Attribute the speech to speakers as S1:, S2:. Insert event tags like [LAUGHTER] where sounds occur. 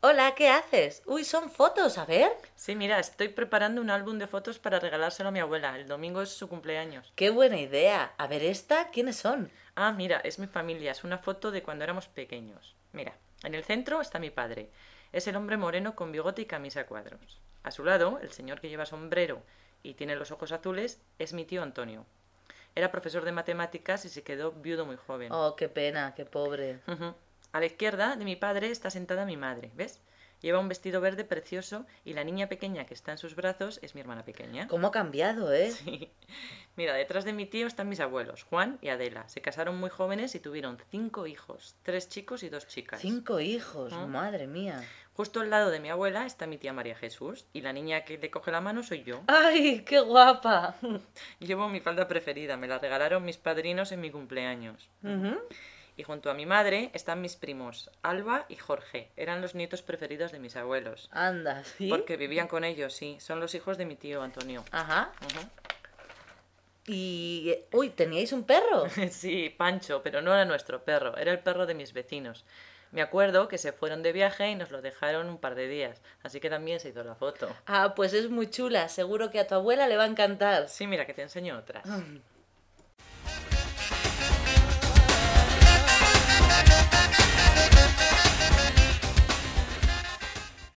S1: Hola, ¿qué haces? Uy, son fotos, a ver.
S2: Sí, mira, estoy preparando un álbum de fotos para regalárselo a mi abuela. El domingo es su cumpleaños.
S1: Qué buena idea. A ver esta, ¿quiénes son?
S2: Ah, mira, es mi familia. Es una foto de cuando éramos pequeños. Mira, en el centro está mi padre. Es el hombre moreno con bigote y camisa a cuadros. A su lado, el señor que lleva sombrero y tiene los ojos azules, es mi tío Antonio. Era profesor de matemáticas y se quedó viudo muy joven.
S1: Oh, qué pena, qué pobre.
S2: Ujú. A la izquierda de mi padre está sentada mi madre, ¿ves? Lleva un vestido verde precioso y la niña pequeña que está en sus brazos es mi hermana pequeña.
S1: ¿Cómo ha cambiado, eh?
S2: Sí. Mira, detrás de mi tío están mis abuelos, Juan y Adela. Se casaron muy jóvenes y tuvieron cinco hijos, tres chicos y dos chicas.
S1: Cinco hijos,
S2: Ah.
S1: madre mía.
S2: Justo al lado de mi abuela está mi tía María Jesús y la niña que le coge la mano soy yo.
S1: ¡Ay, qué
S2: [LAUGHS]
S1: guapa!
S2: Llevo mi falda preferida, me la regalaron mis padrinos en mi cumpleaños.
S1: Ujú.
S2: Y junto a mi madre están mis primos, Alba y Jorge. Eran los nietos preferidos de mis abuelos.
S1: Anda, ¿sí?
S2: Porque vivían con ellos, sí. Son los hijos de mi tío Antonio.
S1: Ajá.
S2: Ujú.
S1: Y... eh, Uy, ¿teníais un
S2: [LAUGHS]
S1: perro?
S2: Sí, Pancho, pero no era nuestro perro, era el perro de mis vecinos. Me acuerdo que se fueron de viaje y nos lo dejaron un par de días, así que también se hizo la foto.
S1: Ah, pues es muy chula. Seguro que a tu abuela le va a encantar.
S2: Sí, mira, que te enseño otras.